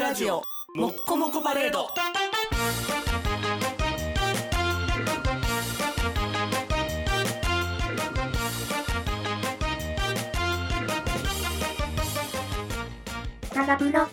ラジオもっこもこパレードタガプロ、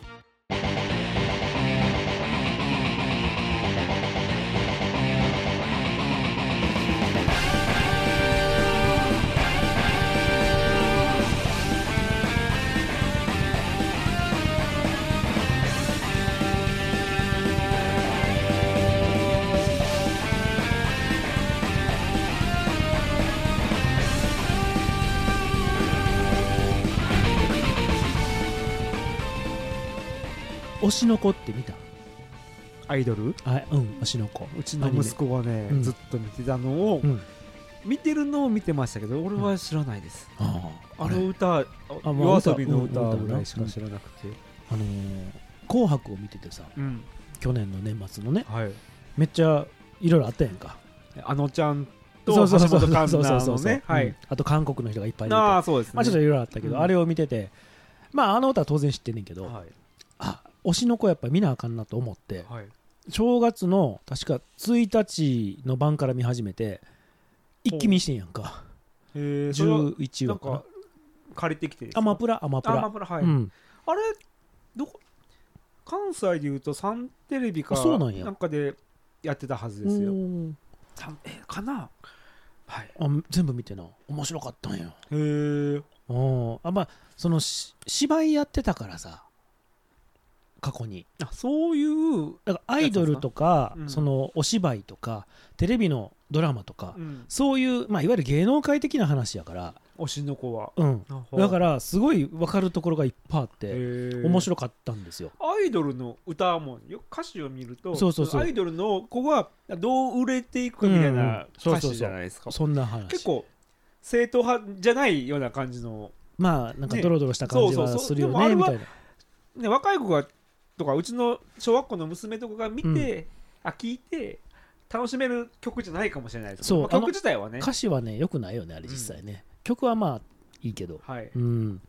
推しの子って見たアイドルあうん推しの子うちの息子はね、うんずっと見てたのを、うん見てるのを見てましたけど俺は知らないです、あああれの歌ああまあ夜遊びのうん歌うんぐらいしか知らなくてあのー紅白」を見ててさうん、去年の年末のねはいめっちゃいろいろあったやんかあのちゃんと橋本環奈のねはうんい、あと韓国の人がいっぱい出てあまあそうですね、あちょっといろいろあったけど、うんあれを見ててまああの歌は当然知ってんねんけど、はいあ推しの子やっぱ見なあかんなと思ってはい正月の確か1日の晩から見始めて一気見してんやんかえー、それは11な話んかなか借りてきてですかアマプラアマプあラアマプラはい、うん、あれどこ関西でいうとサンテレビかあそうなんやなんかでやってたはずですうよんたえかなはいあ全部見てな面白かったんよへえうんあまあそのし芝居やってたからさ過去にあそういう、だからアイドルとかうんそのお芝居とかテレビのドラマとか、うん、そういう、まあ、いわゆる芸能界的な話やから、推しの子はうん、だだかららすごい分かるところがいっぱいあって面面白かったんですよ、アイドルの歌もよ歌詞を見るとそうそうそうのアイドルの子がどう売れていくかみたいうんうなんそうそう歌そう詞じゃないですか、そんな話結構正統派じゃないような感じの、まあなんかねドロドロした感じそうそはうそうするよでもねあれみはたいなね、若い子がとかうちの小学校の娘とかが見て、うあ聞いて楽しめる曲じゃないかもしれないですそうまああの曲自体はね歌詞はねよくないよねあれ実際ね、曲はまあいいけどはいうん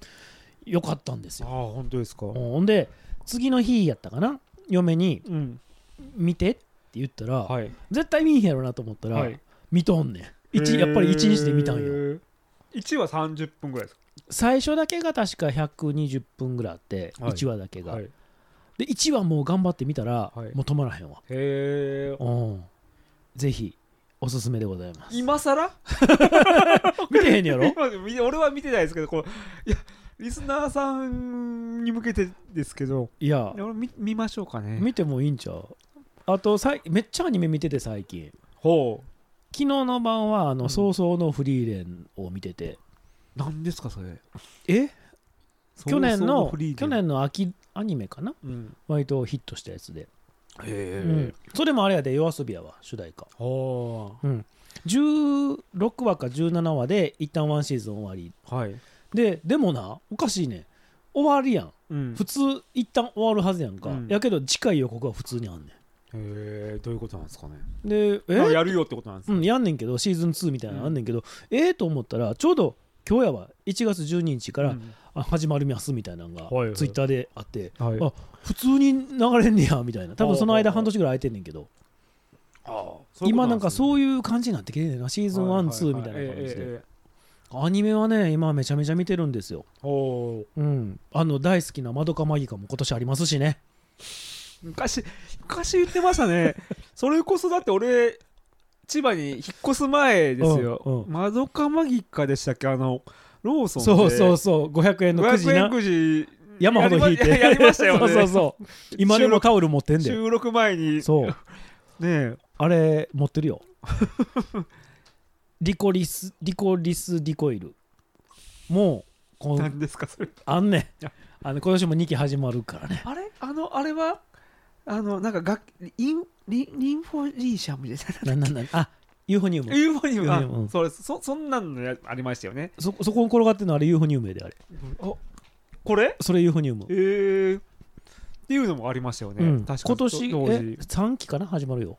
よかったんですあよ本当ですかうんほんで次の日やったかな嫁にうん「見て」って言ったら、はい絶対見えへんやろなと思ったら、はい見とんねん一やっぱり1日で見たんよよ1は30分ぐらいです最初だけが確か120分ぐらいあって、はい1話だけかが、で1話もう頑張って見たら、はいもう止まらへんわへえうんぜひおすすめでございます今さら 見てへんやろ 今見俺は見てないですけどこういやリスナーさんに向けてですけどいや俺見見ましょうかね見てもいいんちゃうあとさいめっちゃアニメ見てて最近ほ昨日の晩はあの、うん早々のフリーレンを見ててうなんですかそれえ去年早々のフリーレン去年の秋アニメかなうん割とヒットしたやつで、へうん、それもあれやで夜遊びやわ主題歌ほうん16話か17話で一旦ワンシーズン終わりうはいででもなおかしいねん終わりやんうん普通一旦終わるはずやんか、うんやけど次回予告は普通にあんねへえどういうことなんですかねんでえなんかやるよってことなんですうかん、やんねんけどシーズン2みたいなのあんねんけど、ええと思ったらちょうど今日やわ1月12日から、うんあ始まりますみたいなのが、はいはいツイッターであってはいあ普通に流れんねやみたいな多分その間ほ半うほうほう年ぐらい空いてんねんけどあ今なんかうそういう感じになってきてんねんなシーいズンうことんですね12みたいな感じはいはいはいえええでええアニメはね今めちゃめちゃ見てるんですよえほううんあの大好きな「まどかマギカ」も今年ありますしね昔昔言ってまし たねそれこそだって俺千葉に引っ越す前ですうんようまどかマギカでしたっけあのローソンでそうそうそう500円のくじ500な円くじ山ほど引いてやりましたよね そうそうそう今でもタオル持ってんだよ収録前にそうねえあれ持ってるよリコリスリコリスリコイルもうこん何ですかそれあんねんああの今年も2期始まるからねあれあのあれはあのなんか楽インリンリンフォリーシャムみたいななんなんなんあユーフォニウムユーフォニウムユーフォニウムうあんそうですそそんなのやありましたよねそそこに転がってるのあれユーフォニウムやであれこれそれユーフォニウム、えー、っていうのもありましたよね、うん、確か今年え当時3期かな始まるよ、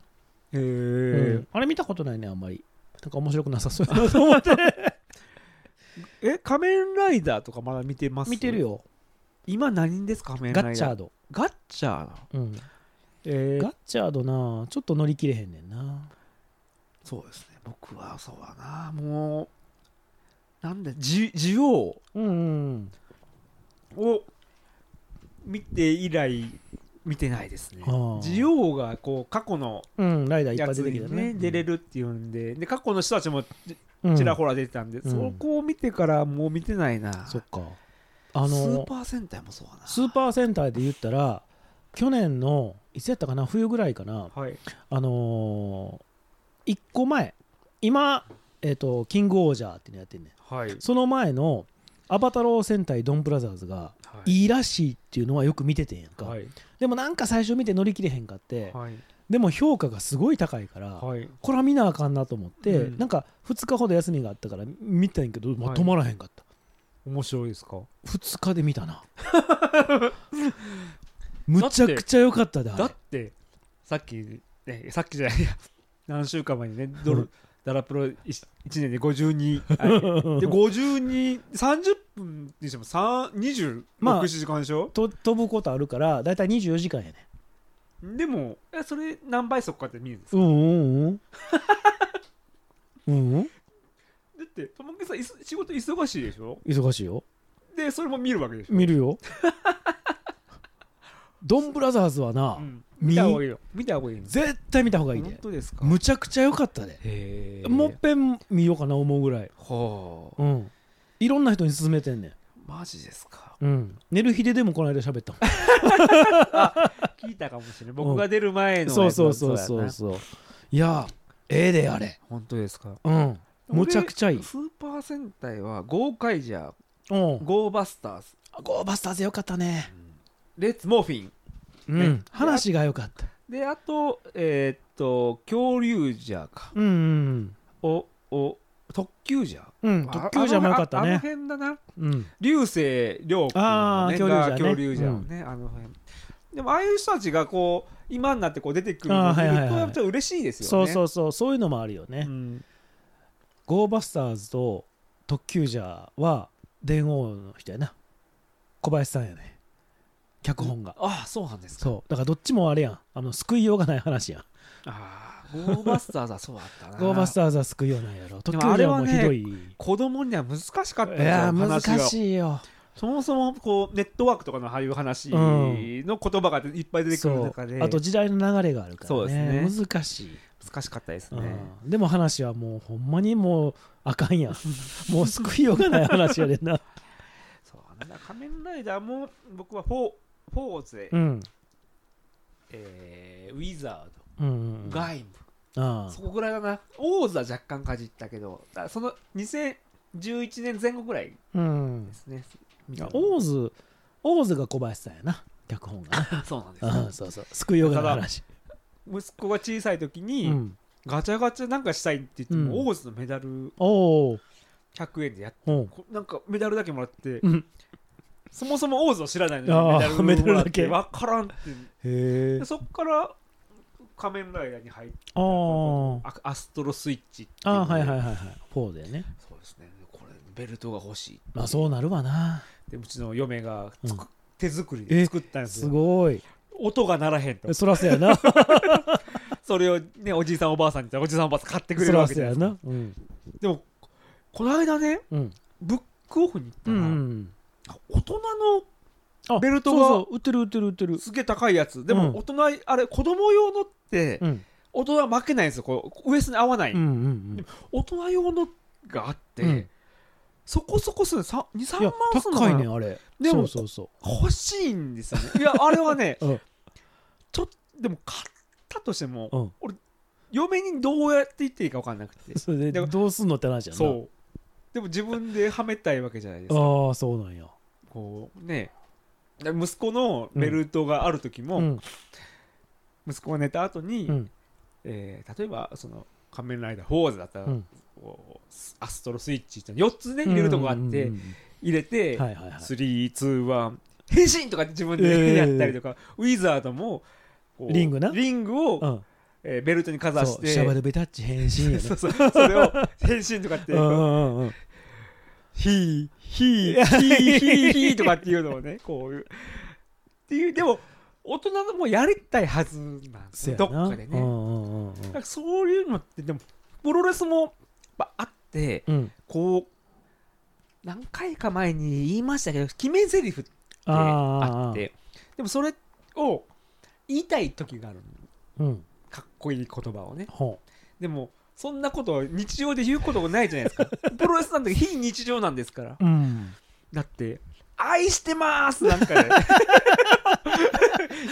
えうーんあれ見たことないねあんまりなんか面白くなさそうやなと思 ってえ仮面ライダーとかまだ見てます見てるよ今何ですか仮面ラガイダーッチャードガッチャーなうん、えガッチャードなちょっと乗り切れへんねんなそうですね僕はそうだなもうなんでジジオウうんうんを見て以来見てないですねあージオウがこう過去のうんライダーいっやぱいつ出てきにたねね出れるっていうんでで過去の人たちもうんちらほら出てたんで、うんそこを見てからもう見てないな、そっかあのスーパー戦隊もそうだなスーパーセンターで言ったら去年のいつやったかな冬ぐらいかなはいあのー、1個前今えっ、とキングオージャーっていうのやってんねんはい、その前のアバタロー戦隊ドンブラザーズがはいいいらしいっていうのはよく見ててんやんか、はいでもなんか最初見て乗り切れへんかって、はいでも評価がすごい高いから、はいこれは見なあかんなと思って、うんなんか2日ほど休みがあったから見たんやけど、まあ、はい止まらへんかった、面白いですか2日で見た なむちゃくちゃ良かったであれだってさっき、ね、さっきじゃないや 何週間前にねドうルんダラプロ 1, 年で52、はい、で5230分にしても3 26、まあ時間でしょと飛ぶことあるからだいたい24時間やねでもえそれ何倍速かって見るんですか、うんうんうんうんうんだってともけさんいそ仕事忙しいでしょ忙しいよでそれも見るわけでしょ、見るよ ドンブラザーズはな、うん見見た方がいいよ見た方がいいよ絶対見た方がいい本で当ですかむちゃくちゃ良かったでへーもっぺん見ようかな思うぐらいほううんいろんな人に勧めてんねんマジですかうん、寝る日ででもこの間喋ったもん聞いたかもしれない僕が出る前 のそうやつそうそうそうそういやーええであれ本当ですかうんむちゃくちゃいい俺スーパー戦隊はゴーカイジャーうんゴーバスターズゴーバスターズよかったねレッツモーフィンうん、ね話がよかったであとえーっと恐竜ジャーかうんうんおお特急ジャーうん、うん、あ特急じゃもよかったあのね辺だなうん流星涼君あのーね恐竜ジャーねが恐竜ジャーねあの辺でもああいう人たちがこう今になってこう出てくるあーのを見はいるとはいはいやっぱり嬉しいですそようねそううそうそういうのもあるよね、んゴーバスターズと特急ジャーは電王の人やな小林さんやね脚本が、ああそうなんですかそうだからどっちもあれやんあの救いようがない話やんああゴーバスターズはそうだったなゴーバスターズは救いようないやろ特急ジャーもひどい、子供には難しかったんでいすよやー難話がしいよそもそもこうネットワークとかのああいう話うんの言葉がいっぱい出てくる中で、そうあと時代の流れがあるからそうですねね難しい、難しかったですうね、ん、でも話はもうほんまにもうあか んやんもう救いようがない話やでなそうあんな仮面ライダーも僕はフォーフォーゼ、うんえーウィザーうんうんうんドガイム、あそこぐらいだなオーズは若干かじったけどだからその2011年前後ぐらいあうんですねいやオーズオーズが小林さんやな脚本がなそうなんです あよあそうそう救いようがない話息子が小さい時うにんガチャガチャなんかしたいって言っても、うんオーズのメダルおー100円でやっおうこなんかメダルだけもらって、うんそもそもオーズを知らないあのーにメダルをもらメダルだっけて分からんってへえでそっから仮面ライダーに入ってあーアアストロスイッチっていあうのあではいはいはいはい4でねそうですねこれベルトが欲しいまあそうなるわなでうちの嫁がつくう手作りで作ったんですすよごい音がならへんとそらそうや なそれをねおじいさんおばあさんに言ったらおじいさんおばあさん買ってくれそるわらけそじうゃなやいですかなうんでもこの間ねうんブックオフに行ったうら、ん大人のあベルトそがうそう売ってる売ってる売ってるすげえ高いやつでも大人、あれ子供用のって、うん大人は負けないんですよこうウエストに合わない、うんうん大人用のがあって、うんそこそこする23うんい万やするの高かいなねあれでもそうそうそ欲しいんですよねいやあれはね、 うんちょっとでも買ったとしても、うん俺嫁にどうやって言っていいか分かんなく てうそれででもどうすんのって話やなそうでも自分ではめたいわけじゃないですかああそうなんやこうねで息子のベルトがある時も、うん息子が寝た後に、うんえー例えばその「仮面ライダーフォーズ」だったら、うんこうスアストロスイッチって4つね入れるとこがあって、うんうんうん入れうて、んはいはいはい321変身とかって自分えでえやったりとか、ウィザードもこうリングなリングを、うんえーベルトにかざそしうてシャバルベタッチ変身やね そうそうそれを変身とかってうんうんうんうんヒーヒーヒーヒーヒーとかっていうのをねこういうっていうでも大人もやりたいはずなんですせよやどなっかでね、うなんんうんうんかそういうのってでもプロレスもやっぱあってうんうんこう何回か前に言いましたけど決め台詞ってあーあってでもそれを言いたい時があるのうんかっこいい言葉をねほでもそんなことを日常で言うこともないじゃないです かプロレスなんて非日常なんですからううんだって「愛してます!」なんか ね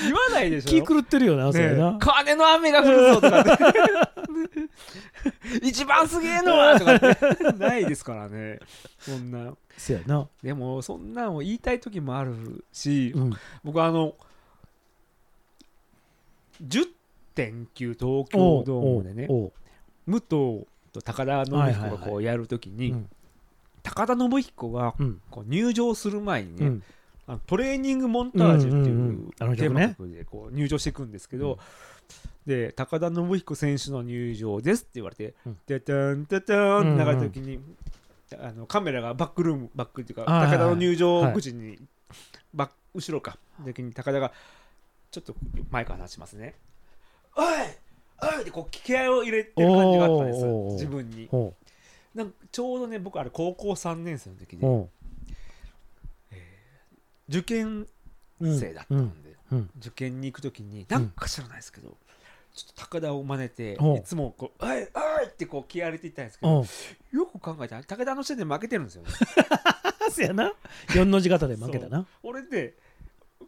言わないでしょ気狂ってるよなそれな、ねえ金の雨が降るぞと かって一番すげえのはとかって ないですからねそんなせやなでもそんなんを言いたい時もあるし、うん僕あの10.9東京ドームでねおうおう武藤と高田信彦がこうやるときに、うん高田信彦がうんこう入場する前にうね、んあのトレーニングモンタージュっていうんうんうんうあのテー曲マね曲でこう入場していくんですけど、で高田信彦選手の入場ですって言われてうん「タタンタタン」って流れた時に、あのカメラがバックルームバックっていうかあー高田の入場口に、バック後ろか時に高田がちょっと前から話しますね「おいおい!」ってこう気合を入れてる感じがあったんですおーおーおー自分にほなんかちょうどね僕あれ高校3年生の時うにほ受験ううん生だったんで、うんうん受験に行く時になんか知らないですけど、ちょっと高田を真似て、ほういつもこう「おいおい!」ってこう気合入れていったんですけど、おうよく考えたら高田の時点で負けてるんですよね せやな4の字型で負けたな俺で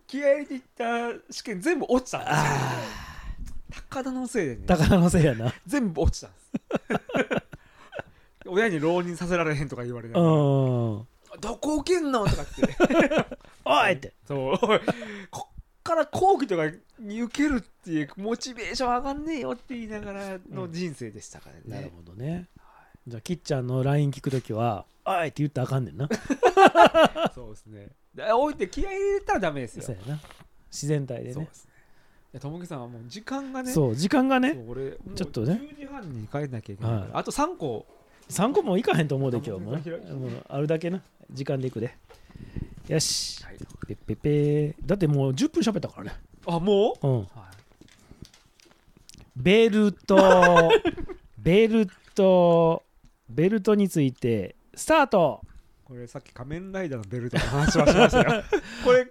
気合入れていった試験全部落ちたんですよ高田のせいでね高田のせいやな全部落ちたんです 親に浪人させられへんとか言われてう、んどこ受けんのとか っておいってそう おいこっから後期とかに受けるっていうモチベーション上がんねえよって言いながらの人生でしたからね、なるほどねじゃあきっちゃんの LINE 聞くときは「おい!」って言ったらあかんねんなそうですねで置いて気合い入れたらダメですよそうやな自然体でそうねですねいやともきさんはもう時間がねそう時間がねそう俺もうちょっとね10時半に帰んなきゃいけないかはいらあと3個3個もいかへんと思うで今日もあね開いてもうあるだけな時間でいくでよしはいペッペッペーだってもう10分喋ったからねあもうんう、はいベル トベルトベルトについてスタートこれさっき仮面ライダーのベルトの話はしましたよ これ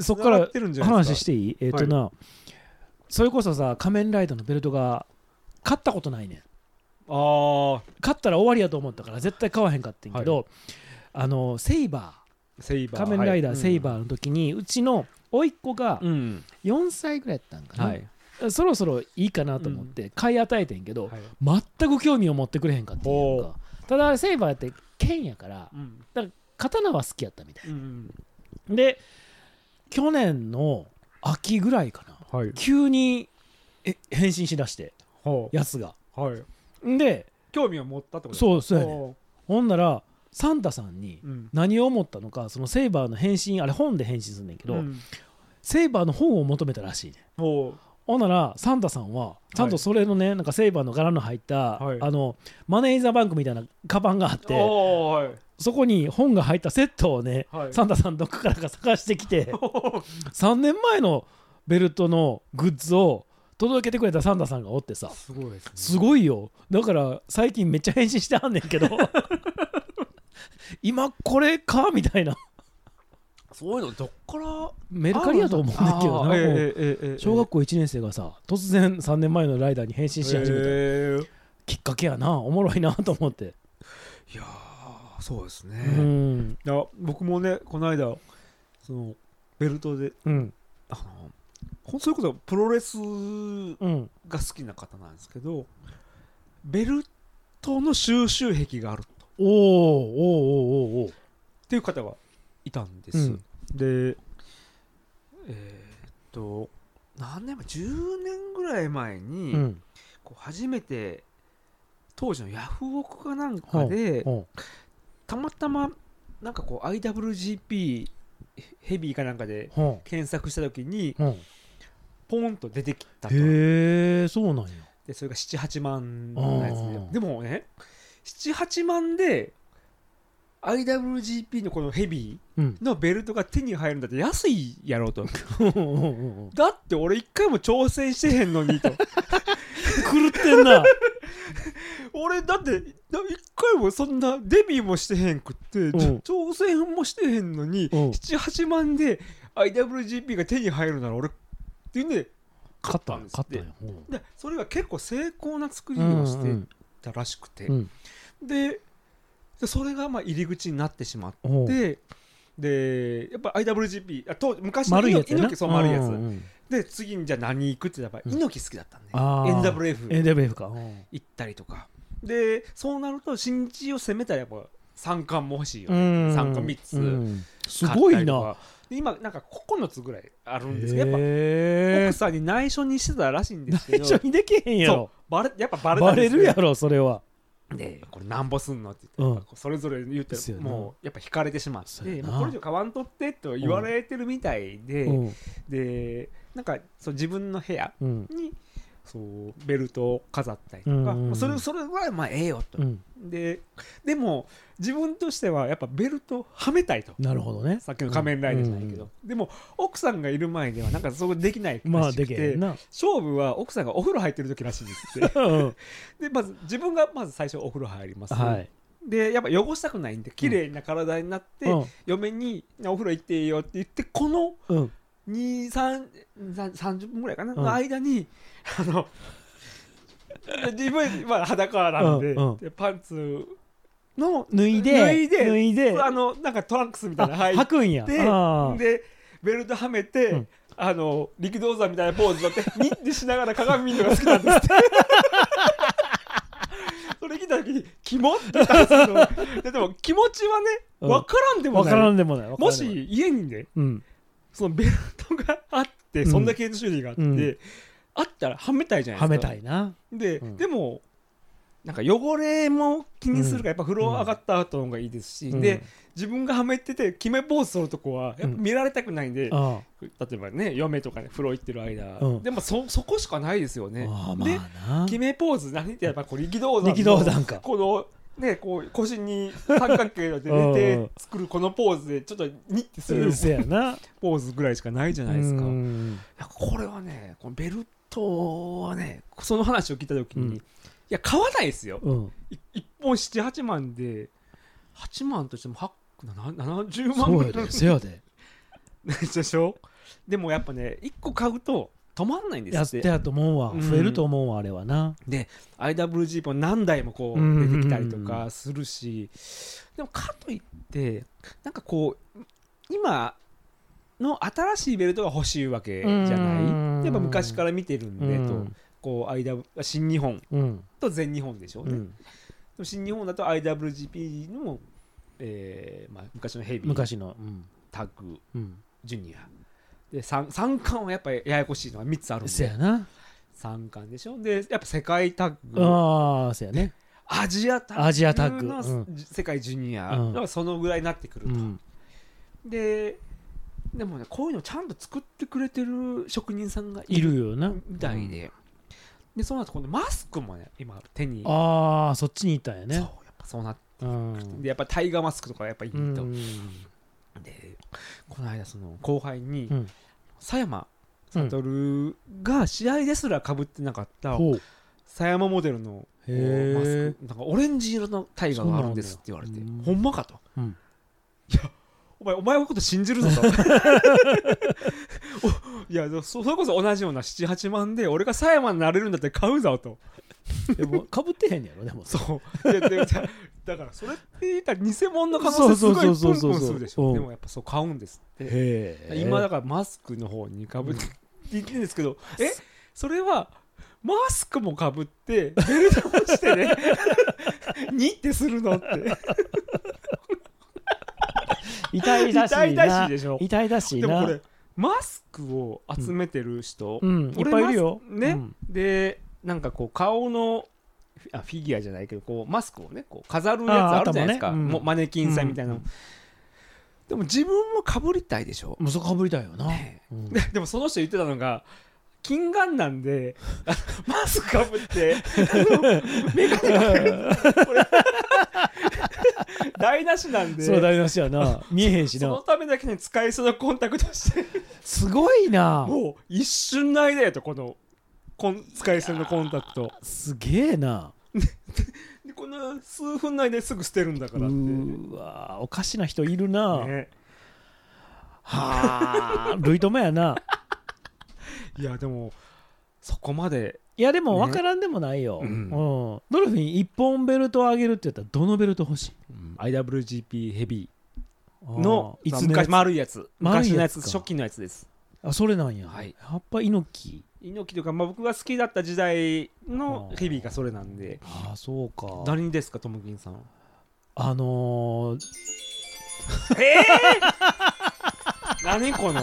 そっから繋がってるんじゃないですか話していいえっ、とな、それこそさ仮面ライダーのベルトが買ったことないねんあー買ったら終わりやと思ったから絶対買わへんかってんけど、あのセイバセイーバー仮面ライダー、セイーバーの時にうちの甥っ子がうん、うん4歳ぐらいやったんかな、はいそろそろいいかなと思って買い与えてんけど、はい全く興味を持ってくれへんかっていうほかただセイバーって剣やからうん刀は好きやったみたいうんで去年の秋ぐらいかなはい急にえ変身しだしてほやつがうはいんで興味を持ったってことそううそうやねんほんならサンタさんにうん何を思ったのかそのセイバーの変身あれ本で変身すんねんけど、うんセイバーの本を求めたらしいねんほほんならサンタさんはちゃんとそれのね、なんかセイバーの柄の入った、はいあのマネーザーバンクみたいなカバンがあっうておーそこに本が入ったセットをね、はいはいサンタさんどっかからか探してき て3年前のベルトのグッズを届けてくれたサンタさんがおってさすごいですねすごいよだから最近めっちゃ変身してはんねんけ ど今これかみたいなそういうのどっからメルカリやと思うんだけどな、ええもうええええ小学校1年生がさ突然3年前のライダーに変身し始めた、ええきっかけやなおもろいなと思って、いやーそうですね、ういんや僕もねこの間そのベルトでうんあのほんそれこそプロレスうんが好きな方なんですけどベルトの収集癖があるとおーおーおーおーおーっていう方がいたんです、うんでえーっと何年前10年ぐらい前に、うんこう初めて当時のヤフオクかなんかでおたまたまなんかこう IWGP ヘビーかなんかでーお検索した時にーおーポンと出てきたとへえそうなんやでそれが78万のやつあでーでもね78万で IWGP のこのヘビうんーのベルトが手に入るんだって安いやろう と狂だって俺一回も挑戦してへんの にとってんな俺だってな一回もそんなデビューもしてへんくって、ん挑戦もしてへんのに、うん78万で IWGP が手に入るなら俺っていうんで勝ったんです勝ったでようんでそれが結構精巧な作りをしてうんたらしくて、うんででそれがまあ入り口になってしまっおうてでやっぱ IWGP あ当昔の丸いやつ猪な木そう丸いやつ、うんうんで次にじゃあ何行くって言ったらうん猪木好きだったんで、あー NWF NWF かうん行ったりとかでそうなると新日を攻めたらやっぱ三冠も欲しいよね、三冠三つうんすごい買なったりとかで今なんか9つぐらいあるんですけどやっぱへ奥えさんに内緒にしてたらしいんですけど一緒にできへんやそうろバレやっぱバレたバんでレすねるやろそれはでこれなんぼすんのってう言んってやっぱこうそれぞれ言ってですよねもうやっぱ引かれてしまっそうてやなもうこれ以上買わんとってと言われてるみたいで、うんでなんかそう自分の部屋うんにそうベルトを飾ったりとか、うんうんうんそれそれはまあええよと、うんででも自分としてはやっぱベルトはめたいとなるほどねさっきの仮面ライダーじゃないけど、でも奥さんがいる前ではなんかそうできないらしくて、まあでけへんな勝負は奥さんがお風呂入ってる時らしいんです ってうんでまず自分がまず最初お風呂入ります、はいでやっぱ汚したくないんで綺麗な体になって、うん嫁に「お風呂行っていいよ」って言ってこのうん230分ぐらいかな、うんの間にあの自分、まあ、裸なんで,、うんうんでパンツの脱いで脱いで脱いであのなんかトランクスみたいなのあ履吐くんやあいてでベルトはめて、うんあの力道山みたいなポーズだって ニッてしながら鏡見るのが好きなんですって それ聞いた時にキモって言ったんですけどででも気持ちはねうん分からんでーもわなかい、らんでもないわからもんでしもない家にねうんそのベルトがあって、うんそんだけの種類があって、うんあったらはめたいじゃなはいでめすか。たいなで、うんでもなんか汚れも気にするから、やっぱ風呂上がった後の方がいいですし、で自分がはめてて決めポーズするとこはやっぱ見られたくないんで、うんあ例えばね嫁とかね風呂行ってる間、うんでもそそこしかないですよね。あでまあな決めポーズ何ってやっぱこう力道山の力道山かこのねこう腰に三角形を当てうんうてん作るこのポーズでちょっとニッてすうるんせやなポーズぐらいしかないじゃないですか。うんいやこれはねこのベルトはねその話を聞いた時に、うんいや買わないですようんい一本78万で8万としても8 70万そうぐやらいでせやで でしょでもやっぱね1個買うと止まんないんでやっすてってやと思うわうん増えると思うわあれはな IWGP も何台もこうんうんううんうん出てきたりとかするしでもかといってなんかこう今の新しいベルトが欲しいわけじうゃんないやっぱ昔から見てるんでと、うんこう IW 新日本うんと全日本でしょ、うねんでも新日本だと IWGP の、えーまあ、昔のヘビー昔のうんタッグうんジュニアで 3, 三冠はやっぱりややこしいのが3つあるんせやでな三冠でしょでやっぱ世界タッグああせやねアジアタッグアジアタッグのう世界ジュニア、うんだからそのぐらいになってくるうと、んででもねこういうのちゃんと作ってくれてる職人さんがいいるるよなみたいで、でそうなると今度マスクもね今手にああそっちに行ったんやそうやねっぱそうなってうんでやっぱタイガーマスクとかやっぱいいと、うんでこの間その後輩にうん佐山悟が試合ですらかぶってなかったほう佐山モデルのこうへーマスクなんかオレンジ色のタイガーがあるんですって言われてそうなんだほんまかとうんお前お前のこと信じるぞ とおいやそそれこそ同じような78万で俺が佐山になれるんだって買うぞとでもかぶってへんやろでもそういやで もさだからそれって言ったら偽物の可能性すごいプそンうそうそうそうそうプンするでしうんょでもやっぱそう買うんですってへえ今だからマスクの方にかぶって言ってるんですけど、えそれはマスクもかぶってベルトもし てねにってするのって痛いだしな痛々しいでしょ痛いだしでなもこれマスクを集めてる人、うんいっ俺ぱいいるよマスね、うんでなんかこう顔のあフィギュアじゃないけどこうマスクをねこう飾るやつあーあるじゃないですか、頭ねうんもうマネキンさんみたいなの、うんでも自分もかぶりたいでしょ、もうそこかぶりたいよなねうんで でもその人言ってたのが金眼なんであのマスクかぶってあの眼鏡かけるこれ台無しなんでそうだなしやな見えへんしそのなためだけに使いそうなコンタクトしてすごいなもう一瞬の間やとこのこん使い捨てのコンタクトすげえなでこの数分内ですぐ捨てるんだうからってーわおかしな人いるな、ね、 はあ類止めやないやでもそこまでいやでも分からんでもないよ、ねうんうんドルフィン一本ベルトをあげるって言ったらどのベルト欲しい IWGP ヘビーののいつのや昔つ丸いやつ丸い昔のややつかつ初期のやつですあそれなんや、はいやっぱ猪木猪木というか、まあ、僕が好きだった時代のヘビーがそれなんでああそうか誰にですかトムキンさんあのー、 何この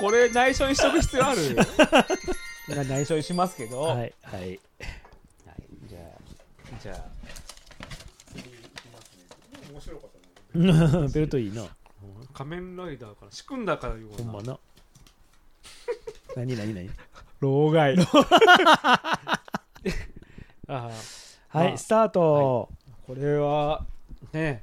これ内緒にしとく必要あ るみんな内緒にしますけど、はいはい はい、じゃあ、じゃあ、面白かったね。うんベルトいいな仮面ライダーから仕組んだからよほんまな 何何何老害。ああはい、まあスタート、これはね、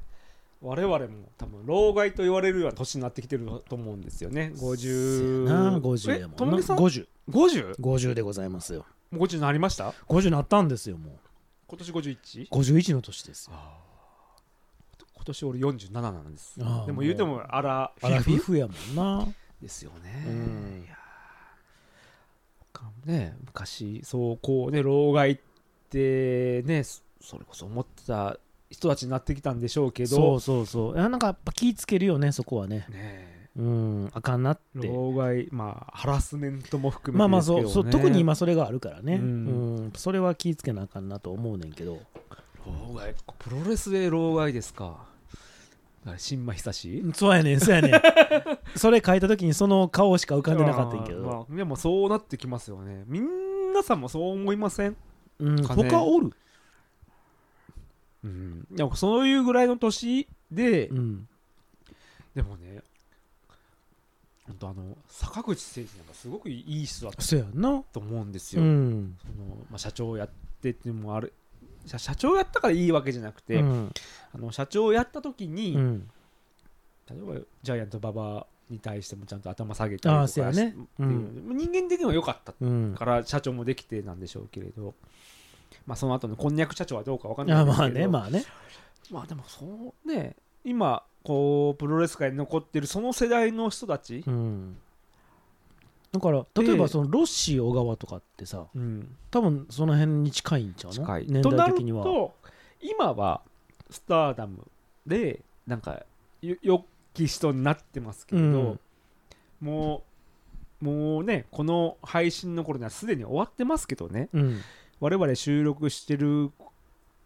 我々も多分老害と言われるような年になってきてると思うんですよね。50。な50やえ、とももんみなさん5050 50?50 でございますよになりました50なったんですよも今年 51? う51の年ですよ今年俺47なんですああ。でも言うてもあら、アラフィフやもんなですよね。うんいやーかね昔そうこうね老害ってねそそれこそ思ってた人たちになってきたんでしょうけそどうそうそういやなんかやっぱ気ぃつけるよねそこはねねうんあかんなって老害まあハラスメントも含めてまあまあですけそどうねそう特に今それがあるからねううんん、それは気ぃつけなあかんなと思うねんけど老害プロレスで老害ですかあれ新馬久志そうやねんそうやねん それ書いた時にその顔しか浮かんでなかったんやけど、まあまあでもそうなってきますよねみんなさんもそう思いませんうん、かね他おる、うんでもそういうぐらいの年で、うん、でもね、ほんとあの坂口誠二なんかすごくいい人だったそうやんなと思うんですうよ。んそのまあ、社長やってっていうのもある社社長やったからいいわけじゃなくて、うんあの社長やった時に、うん例えばジャイアント馬場に対してもちゃんと頭下げたりああとそうやかねっていう人間的には良かったうんから社長もできてなんでしょうけれど、まあ、その後のこんにゃく社長はどうかわかんないあんですまあけどねまあねまあでもそうね今こうプロレス界に残ってるその世代の人たち、うんだから例えばでそのロッシー小川とかってさうん、多分その辺に近いんちゃうの近い年とな代る的にはと今はスターダムでなんかよ良き人になってますけれど、もうもうねこの配信の頃にはすでに終わってますけどねうん我々収録してる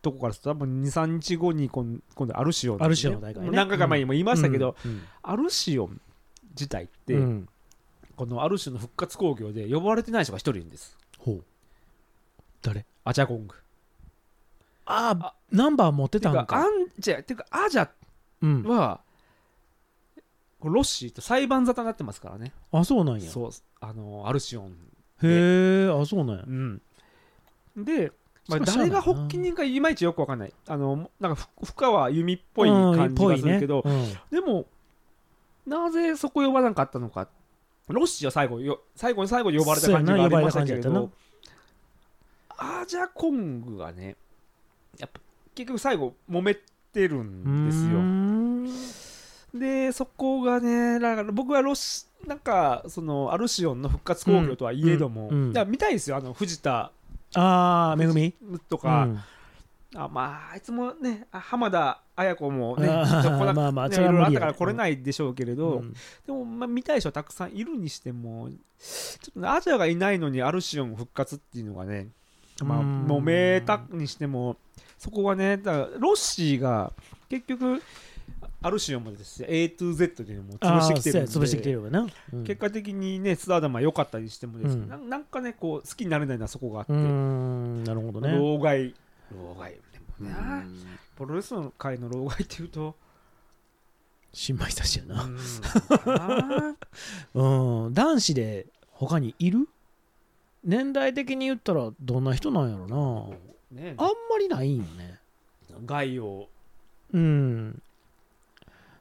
とこからすると多分23日後に今今度アルシオン、アルシオンの大会ね何回か前にも言いましたけど、うんアルシオン自体って、うんこのアルシオンの復活興行で呼ばれてない人が一人いるんですほう誰アジャゴングああナンバー持っててたかんアかンジャてかアジャうんは、これロッシーと裁判沙汰になってますからね。あそうなんやそう、あの、アルシオン。へえあそうなんやうん。で、まそあ、りゃそう誰やなが発起人かいまいちよくわかんない。あの、なんかふ、深川由美っぽい感じがするけど、うんぽいねでも、なぜそこ呼ばなかったのか。ロッシーは最後よ、最後に最後に呼ばれた感じがありましたけれそうやな呼ど、アジャコングがね、やっぱ結局最後、揉めてるうんんですよ。よでそこがねだから僕はロシなんかそのアルシオンの復活興行とはいえども、うんうんうんだから見たいですよあの藤田ああめぐみとか、あまああいつもねあ浜田綾子もねあーちょっと来なく まあまあねいそれろはい無理やろあったから来れないでしょうけれうど、んでも、まあ、見たい人はたくさんいるにしてもちょっとね、アジアがいないのにアルシオン復活っていうのがねまあうんもう名たにしてもそこがねだからロッシーが結局アルシオンもですね A to Z でもああ潰してきてるんでそうや潰してきてるわなうん結果的にねスターダムは良かったにしてもですね、うんななんかねこう好きになれないのはそこがあって、うーんなるほどね老害老害でもね、うんプロレスの界の老害っていうと新米久しや うな、んあーうん、男子で他にいる年代的に言ったらどんな人なんやろなねあんまりないんよね害をうん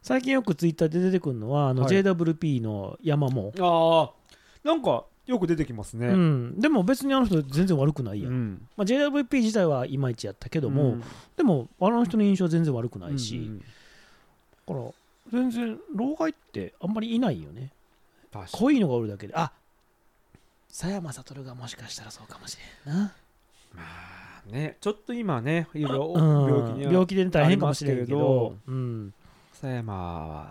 最近よくツイッターで出てくるのはあのはい JWP の山も、ああなんかよく出てきますね、ううんん、でも別にあの人全然悪くないやん、まあ、JWP 自体はいまいちやったけども、うんでもあの人の印象全然悪くないし、うんだから全然老害ってあんまりいないよね確かに濃いのがおるだけであ佐山悟がもしかしたらそうかもしれんなまあねちょっと今ねいろいろ病病気気に病気で大変かもしれんけどありますうん、佐山は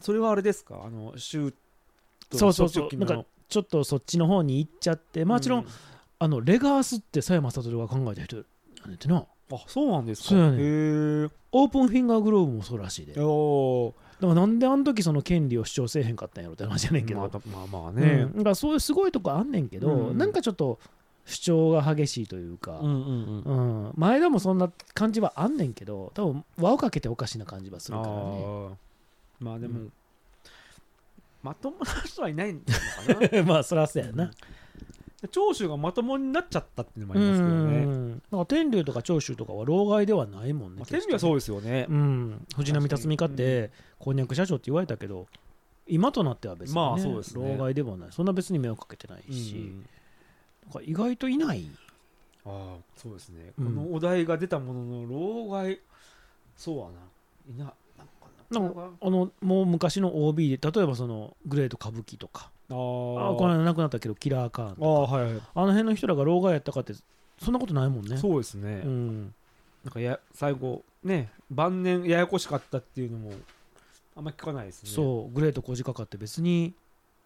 それはあれですかあの州とそうそうそう直近のなんかちょっとそっちの方に行っちゃってまあもちろん、うあのレガースって佐山悟が考えた人なんやってなあそうなんですかそうやねんへオープンフィンガーグローブもそうらしいでえだかおーらなんであの時その権利を主張せえへんかったんやろって話やねんけど、まあまあまあうんねだからそういうすごいとこあんねんけど、うんなんかちょっと主張が激しいというか、んうんうん前田もそんな感じはあんねんけど多分輪をかけておかしな感じはするあからねーまあでも、うんまともな人はいないんじゃないのか まあそらそうやなな、長州がまともになっちゃったっていうのもあうりんますけどね、なんか天竜とか長州とかは老害ではないもんねまあ、天秤はそううですよね、ん藤波辰巳かってこんにゃく社長って言われたけど今となっては別に、ねまあそうですね老害でもないそんな別に迷惑かけてないし、うんなんか意外といないああそうですね、うんこのお題が出たものの老害そうはないななんかななんかあのもう昔の OB で例えばそのグレート歌舞伎とかああーこの間亡くなったけどキラー・カーンとあかーはいはい、あの辺の人らが老害やったかってそんなことないもんねそうですね、うんなんかや最後ね晩年ややこしかったっていうのもあんま聞かないですねうそうグレート小鹿かって別に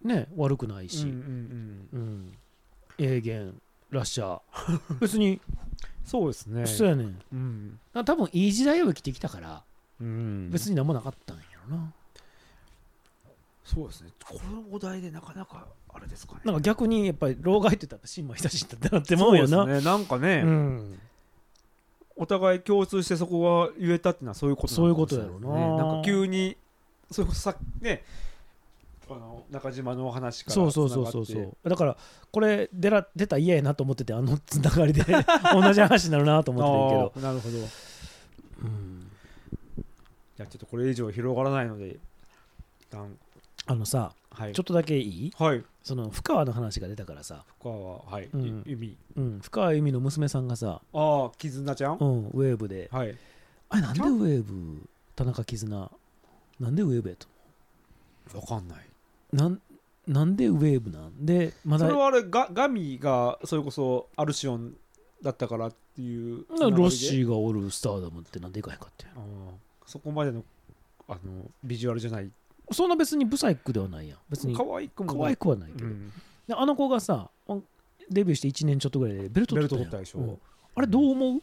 ね悪くないし、し、うんエーゲンラッシャー 別にそうですねそうやねんだかうん、ら多分いい時代を生きてきたからうん、別に何もなかったんやろな、そうですねこのお題でなかなかあれですかねなんかか逆にやっぱり老害って言ったら新馬久しってなってまうよなう,、ね、なんかね、んお互い共通してそこが言えたっていうのはそういうことなのかもしれないですねそういうことやろうななんか急にそれこそさねあの中島のお話からそうそうそうそうつそながってうだからこれ出ら出たら嫌やなと思っててあのつながり で同じ話になるなと思ってあーなるほどいるけど、うんやちょっとこれ以上広がらないので一旦あのさはいちょっとだけいいはいその深川の話が出たからさ、他ははい、うんゆ弓うん、深川由美の娘さんがさ、ああ絆ちゃん、うん、ウェーブではいあれなんでウェーブ田中絆なんでウェーブやとわかんないなんなんでウェーブなんでまそだれはあれガガミがそれこそアルシオンだったからっていうつながりでロッシーがおるスターダムってなんでいかへんかってあーそこまでのあのビジュアルじゃないそんな別にブサイクではないやん別に可愛くも可愛くはないけうど、ん、であの子がさデビューして1年ちょっとぐらいでベルトベ取っルたトやん取ったでしょ、うんあれどう思う、も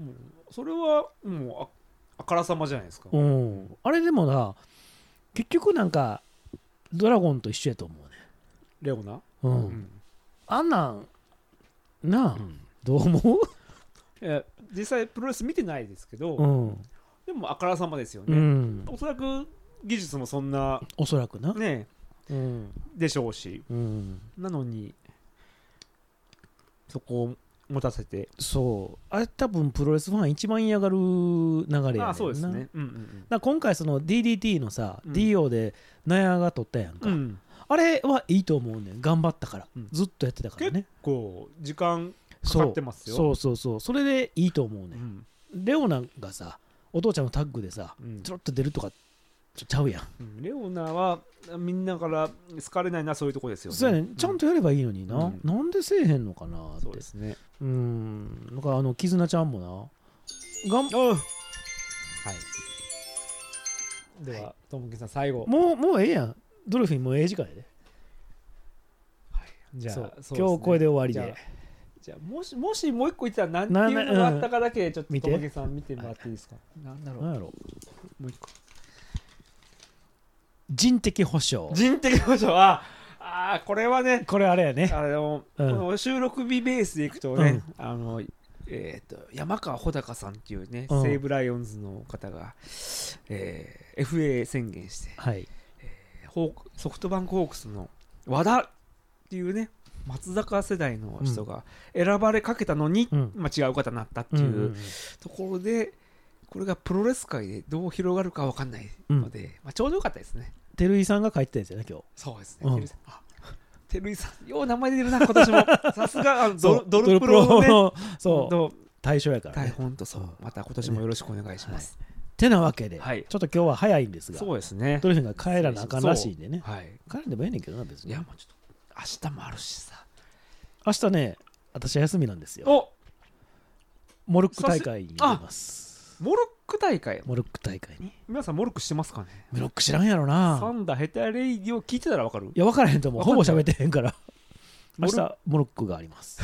うそれはもうああからさまじゃないですか、うん、あれでもな結局なんかドラゴンと一緒やと思うねレオナ、うん、うんあんなんなあ、うんどう思え実際プロレス見てないですけど、う、うんでもあからさまですようね、ん、おそらく技術もそんなおそらくな、ねうんでしょうしうん、なのにそこを持たせてそうあれ多分プロレスファン一番嫌がる流れやねんなああそうですねうんだから今回その DDT のさ、うん DO でナヤが取ったやんか、うんうん、うん、あれはいいと思うねん頑張ったから、うんずっとやってたからねこう時間そうかかってますよそうそうそうそれでいいと思うね、うんんレオナがさお父ちゃんのタッグでさうんちょろっと出るとかちょちゃうやん、うんレオナはみんなから好かれないなそういうとこですよねそうやねんちゃんとやればいいのにな、うんなんでせえへんのかなってそうですねうーんなんかあの絆ちゃんもながんはい。では、ともきさん、最後。もうもうええやんドルフィンもうええ時間やでじゃあ、そうそうすね今日これで終わりじゃであじゃあもし、もしもう一個言ってたら、なんなていうのがあったかだけ、ちょっ見とてともきさん見てもらっていいですか。なんだろう。何やろもう一個。人的保障人的保障は、ああ、これはね、これあれやねあの、うんこの収録日ベースでいくとね、あの、えー、と山川穂高さんっていうね、うん西武ライオンズの方が、えー FA 宣言して、はいホークソフトバンクホークスの和田っていうね松坂世代の人が選ばれかけたのに、うんまあ、違う方になったってういんううんうんところで、これがプロレス界でどう広がるかわかんないので、まあ、ちょうどよかったですね照井さんが書いてたやつやね今日そうですうねん照井さんあ照井さんよう名前出てるな今年 もさすがあのドルドルプロドのルプねの そう本対象やか当ら大ね本とそうまた今年もよろしくお願いします、てなわけで、はいちょっと今日は早いんですがそうですねドルフィンが帰らなあかんらしいんでねはい帰るんでもええねんけどな別いにやもうちょっと明日もあるしさ明日ね私休みなんですよおモルック大会に出ますモルック大会モルック大会に皆さんモルックしてますかねモルック知らんやろなサンダーヘタレイディを聞いてたらわかるいや分からへんと思う分ほかぼんない喋ってへんから明モル日モルックがあります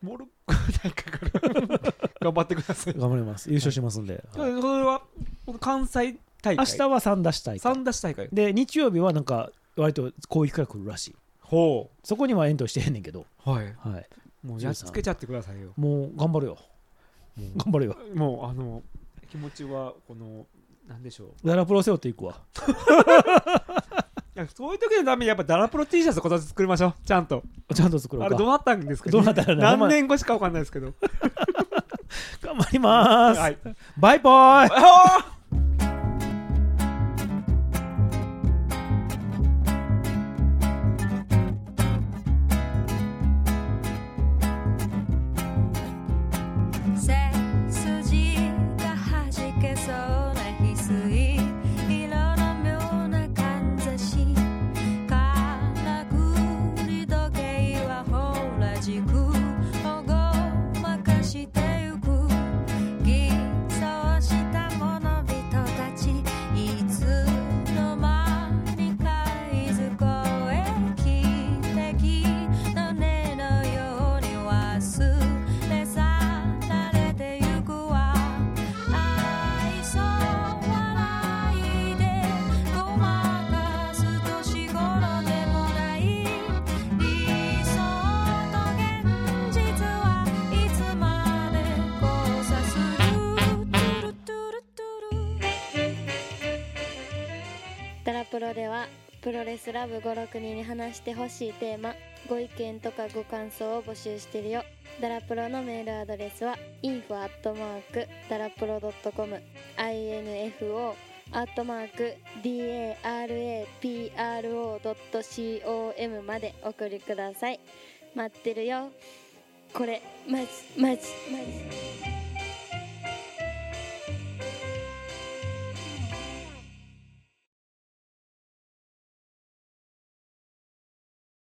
モルック大会から頑張ってくだ さい 頑張ります優勝しますんで、はいそれはこの関西大会明日は三出し大サ会ンダーシ大会で日曜日はなんか割と広域から来るらしいほそこにはエントリーしてへんねんけど、うはいはい、もうやっつけちゃってくださいよもう頑張るよ頑張るよもうあの気持ちはこのなんでしょうダラプロ背負っていくわいやそういう時のためにやっぱダラプロ T シャツ今年作りましょうちゃんとちゃんと作ろあうれどうかなったんですかどうなったらね何年越しかわかんないですけど頑張ります、はいバイバイ背筋が弾けそうな翡翠色の妙なかんざしからくり時計はほら軸をごまかしてゆく偽装した物人たちいつの間にかいずこへ汽笛の音のように忘れ去られてゆくわ愛想笑いでごまかす年頃でもない理想と現実はいつまで交差するトゥルトゥルトゥルダラプロではプロレスラブ56人に話してほしいテーマご意見とかご感想を募集してるよダラプロのメールアドレスは info アットマークダラプロ .com info アットマーク darapro.com までお送りください待ってるよこれマジマジマジ